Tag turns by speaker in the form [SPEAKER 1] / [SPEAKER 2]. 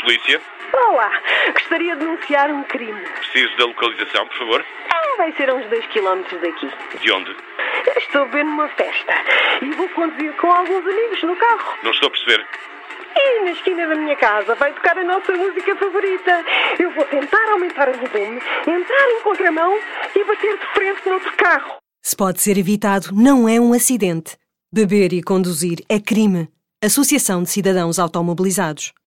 [SPEAKER 1] polícia.
[SPEAKER 2] Olá, gostaria de denunciar um crime.
[SPEAKER 1] Preciso da localização, por favor.
[SPEAKER 2] Ah, vai ser a uns 2 km daqui.
[SPEAKER 1] De onde?
[SPEAKER 2] Estou bem numa festa e vou conduzir com alguns amigos no carro.
[SPEAKER 1] Não estou a perceber.
[SPEAKER 2] E na esquina da minha casa vai tocar a nossa música favorita. Eu vou tentar aumentar o volume, entrar em contramão e bater de frente no outro carro.
[SPEAKER 3] Se pode ser evitado, não é um acidente. Beber e conduzir é crime. Associação de Cidadãos Automobilizados.